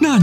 大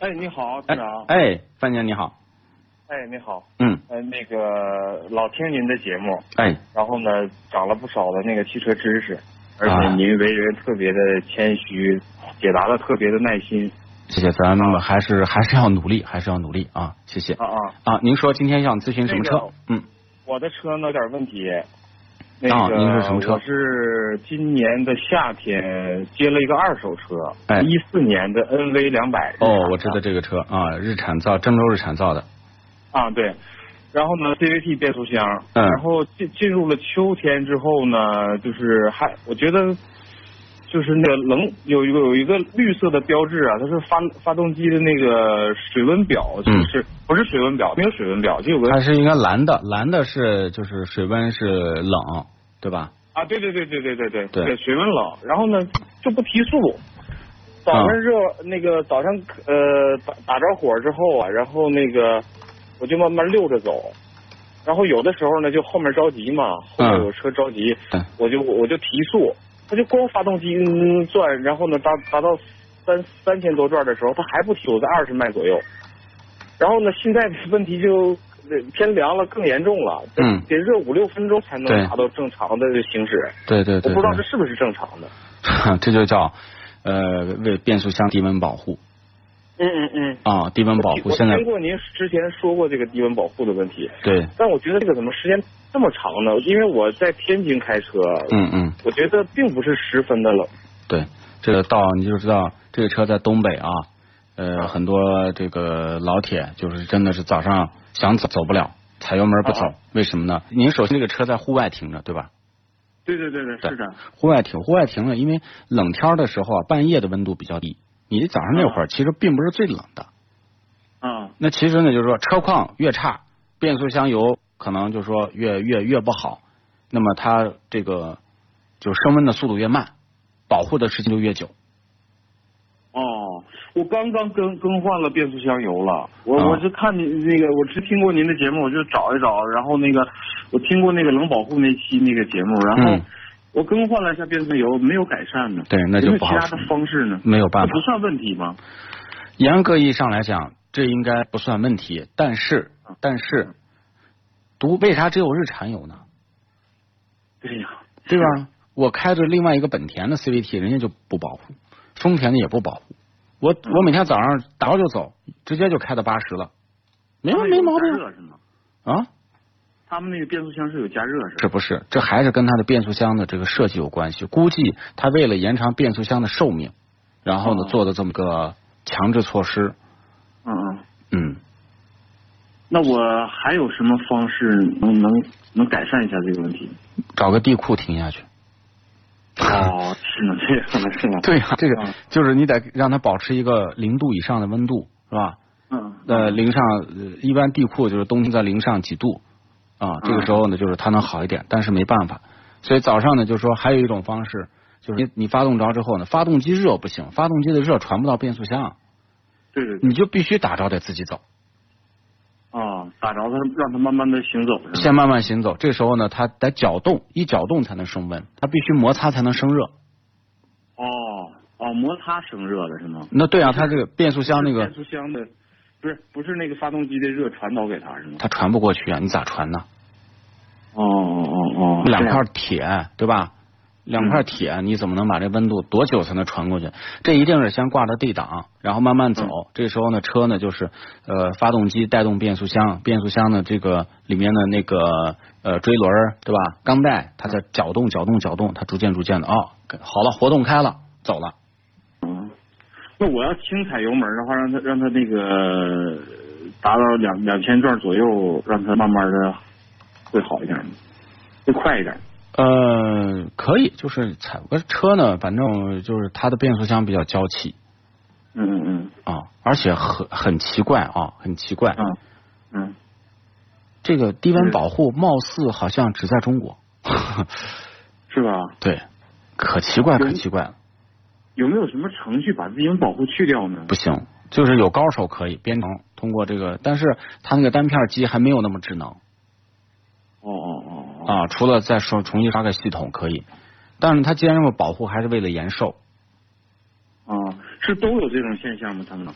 哎，你好，哎队长。哎，哎，范先生你好，你好。嗯，呃，那个老听您的节目，哎，然后呢，长了不少的那个汽车知识，而啊且您为人特别的谦虚，解答的特别的耐心。谢谢，咱们还是还是要努力，还是要努力啊，谢谢啊啊，啊。您说今天想咨询什么那车个？嗯，我的车呢有点问题。那啊个、您是什么车我是今年的夏天接了一个二手车，哎一四年的 NV 两百。哦，我知道这个车啊，日产造，郑州日产造的，啊，对。然后呢，CVT 变速箱，嗯然后进进入了秋天之后呢，就是还我觉得就是那个冷有一个有一个绿色的标志啊，它是发发动机的那个水温表，就嗯是、不是水温表，没有水温表，就有个它是应该蓝的，蓝的是就是水温是冷，对吧？啊，对对对对对对对对水温冷，然后呢就不提速。早上热、啊那个早上呃打打着火之后啊，然后那个我就慢慢溜着走，然后有的时候呢就后面着急嘛，后面嗯有车着急，对我就我就提速，它就光发动机嗯转，然后呢达达到三三千多转的时候，它还不提，我在二十迈左右。然后呢，现在问题就呃天凉了更严重了，得嗯得热五六分钟才能对达到正常的行驶。对对我对不知道对这，是不是正常的。 这就叫呃为变速箱低温保护嗯嗯嗯。啊，低温保护。现在我听过您之前说过这个低温保护的问题，对，但我觉得这个怎么时间这么长呢？因为我在天津开车，嗯嗯。我觉得并不是十分的冷。对，这个道你就知道，这个车在东北啊，呃，很多这个老铁就是真的是早上想走走不了，踩油门不走啊，为什么呢？您首先这个车在户外停着，对吧？对对对对，是的。户外停，户外停了，因为冷天儿的时候啊，半夜的温度比较低，你早上那啊会儿其实并不是最冷的。嗯那其实呢，就是说车况越差，变速箱油可能就说越越越不好，那么它这个就升温的速度越慢，保护的时间就越久。哦，我刚刚更更换了变速箱油了。我、啊我是看您那个，我只听过您的节目，我就找一找。然后那个，我听过那个冷保护那期那个节目，然后嗯我更换了一下变速油，没有改善呢。对那就有没有不好其他说的方式呢？没有办这法不算问题吗？严格意义上来讲，这应该不算问题。但是，但是，独为啥只有日产有呢？对呀、对吧？我开着另外一个本田的 CVT，人家就不保护，丰田的也不保护。我我每天早上打着就走，直接就开到八十了，没他有们没有毛加病热是吗？啊？他们那个变速箱是有加热是这吧？不是，这还是跟它的变速箱的这个设计有关系。估计它为了延长变速箱的寿命，然后呢哦做的这么个强制措施。嗯嗯。嗯，那我还有什么方式能能能改善一下这个问题？找个地库停下去。哦， 是呢，这个可能是呢。啊 对呀、这个嗯就是你得让它保持一个零度以上的温度，是吧？嗯。呃，零上呃一般地库就是冬天在零上几度啊，这个时候呢就是它能好一点，但是没办法。所以早上呢，就是说还有一种方式，就是你你发动着之后呢，发动机热不行，发动机的热传不到变速箱，对对对。你就必须打着得自己走，啊，打着它，让它慢慢的行走是吧？嗯先慢慢行走。这时候呢，它得搅动，一搅动才能升温，它必须摩擦才能升热。哦哦，摩擦生热了是吗？那对啊，它这个变速箱那个变速箱的，不是不是那个发动机的热传导给它是吗？它传不过去啊，你咋传呢？哦哦哦两块铁，对吧？两块铁，你怎么能把这温度多久才能传过去？这一定是先挂到 D 档，然后慢慢走。这时候呢，车呢就是呃，发动机带动变速箱，变速箱呢这个里面的那个呃锥轮儿，对吧？钢带它在搅动、搅动、搅动，它逐渐逐渐的哦，好了，活动开了，走了。嗯，那我要轻踩油门的话，让它让它那个达到两两千转左右，让它慢慢的会好一点吗，会快一点。呃，可以，就是踩个车呢，反正就是它的变速箱比较娇气，嗯嗯嗯啊，而且很很奇怪啊，很奇怪，嗯嗯，这个低温保护貌似好像只在中国， 是吧？对，可奇怪可嗯奇怪了，有没有什么程序把自行保护去掉呢？不行，就是有高手可以编程通过这个，但是它那个单片机还没有那么智能哦哦哦哦，啊，除了再说重新刷个系统可以，但是它既然这么保护，还是为了延寿。啊，是都有这种现象吗？他们？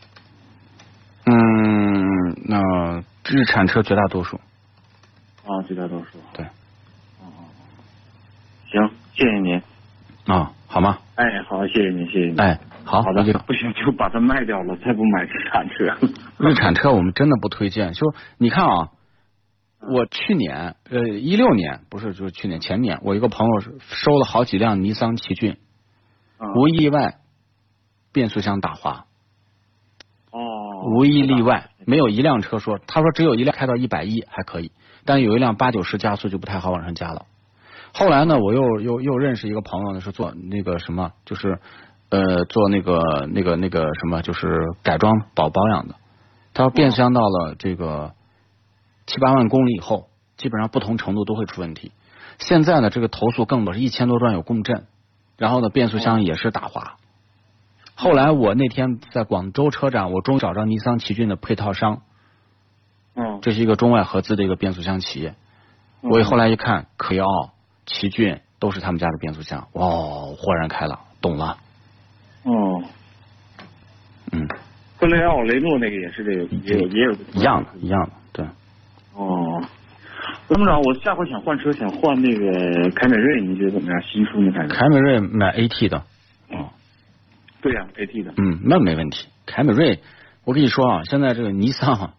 嗯，那日产车绝大多数，啊，绝大多数。对。哦哦哦，行，谢谢您。啊，好吗？哎，好，谢谢您，谢谢您。哎，好，好的那就，不行就把它卖掉了，再不买日产车了。日产车我们真的不推荐。就你看啊，我去年呃一六年不是就是去年前年，我一个朋友收了好几辆尼桑奇骏，嗯无意外，变速箱打滑，哦，无一例外，没有一辆车说，他说只有一辆开到一百一还可以，但有一辆八九十加速就不太好往上加了。后来呢，我又又又认识一个朋友呢，是做那个什么，就是呃做那个那个那个什么，就是改装保保养的。他说变速箱到了这个七八万公里以后，基本上不同程度都会出问题。现在呢，这个投诉更多，是一千多转有共振，然后呢，变速箱也是打滑。后来我那天在广州车展，我终于找着尼桑奇骏的配套商，嗯，这是一个中外合资的一个变速箱企业。我后来一看，可奥、奇骏都是他们家的变速箱，哇，豁然开朗，懂了，哦，嗯，昆雷奥、雷诺那个也是这个，也有也有一样的，一样的，对，哦，参谋长，我下回想换车，想换那个凯美瑞，你觉得怎么样？新出那凯美瑞？凯美瑞买 AT 的，对呀、a t 的，嗯，那没问题。凯美瑞，我跟你说啊，现在这个尼桑啊，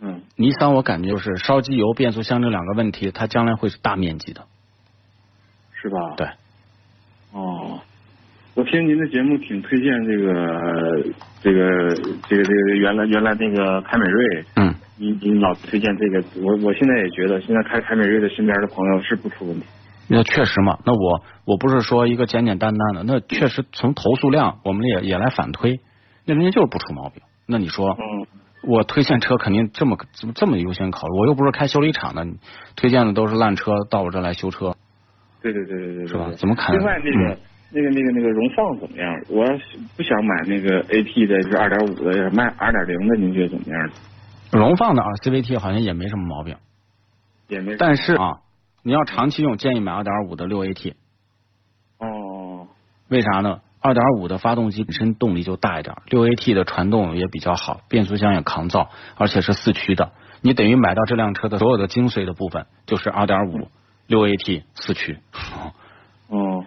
嗯，尼桑我感觉就是烧机油、变速箱这两个问题，它将来会是大面积的。是吧？对。哦，我听您的节目挺推荐这个这个这个这个原来原来那个凯美瑞，嗯，你你老推荐这个，我我现在也觉得现在开凯美瑞的身边的朋友是不出问题。那确实嘛，那我我不是说一个简简单单的，那确实从投诉量，我们也也来反推，那人家就是不出毛病。那你说，嗯，我推荐车肯定这么这么这么优先考虑，我又不是开修理厂的，你推荐的都是烂车到我这来修车，对对对对对对，是吧对怎么看嗯另外那个。那个、那个、那个荣放怎么样？我要是不想买那个 AT 的，就是二点五的，卖二点零的，您觉得怎么样？荣放的啊 CVT 好像也没什么毛病，也没但是啊，你要长期用，建议买2.5的 6AT，哦，为啥呢？2.5的发动机本身动力就大一点，6AT 的传动也比较好，变速箱也抗造，而且是四驱的。你等于买到这辆车的所有的精髓的部分，就是2.5、6AT 四驱。哦，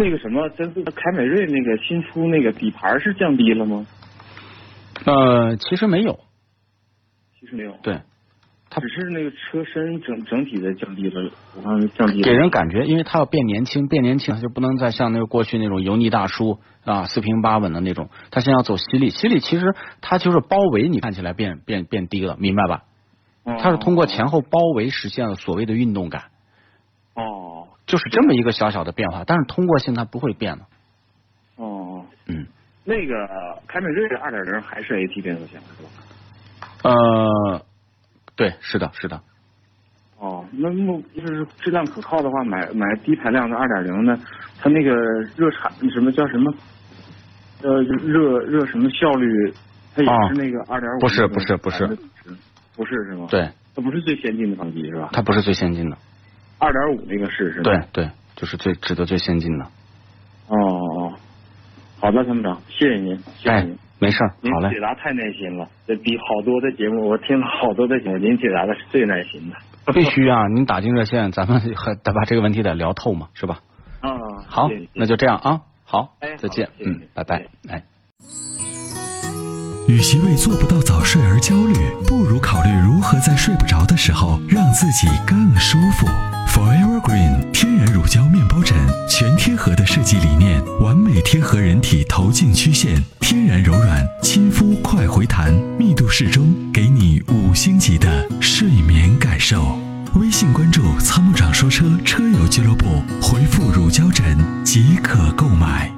那个什么，真是凯美瑞那个新出那个底盘是降低了吗？呃，其实没有，其实没有，对，它只是那个车身整整体的降低了，我看降低了。给人感觉，因为它要变年轻，变年轻它就不能再像那个过去那种油腻大叔啊，四平八稳的那种，它现在要走犀利。犀利其实它就是包围，你看起来变变变低了，明白吧？哦，它是通过前后包围实现了所谓的运动感，哦就是这么一个小小的变化。但是通过性它不会变的，哦，嗯，那个凯美瑞的二点零还是 AT 变速箱是吧？嗯呃，对，是的，是的，哦，那么就是质量可靠的话，买买低排量的二点零的，它那个热产什么叫什么？呃，热热什么效率？它也哦是那个二点五？不是不是不是，不是是吗？，对，它不是最先进的发动机是吧？它不是最先进的，二点五那个是是吧？对对，就是最指的最先进的。哦哦，好的，参谋长，谢谢您，谢谢哎您。，没事儿，您好嘞解，答太耐心了，这比好多的节目我听了好多的节目，您解答的是最耐心的。必须啊，您打进热线，咱们还得把这个问题得聊透嘛，是吧？啊，好谢谢，那就这样啊。好哎，再见好，谢谢嗯，拜拜谢，哎。与其为做不到早睡而焦虑，不如考虑如何在睡不着的时候让自己更舒服。Forever Green 天然乳胶面包枕，全贴合的设计理念，完美贴合人体头颈曲线，天然柔软，亲肤快回弹，密度适中，给你五星级的睡眠感受。微信关注“参谋长说车”车友俱乐部，回复“乳胶枕”即可购买。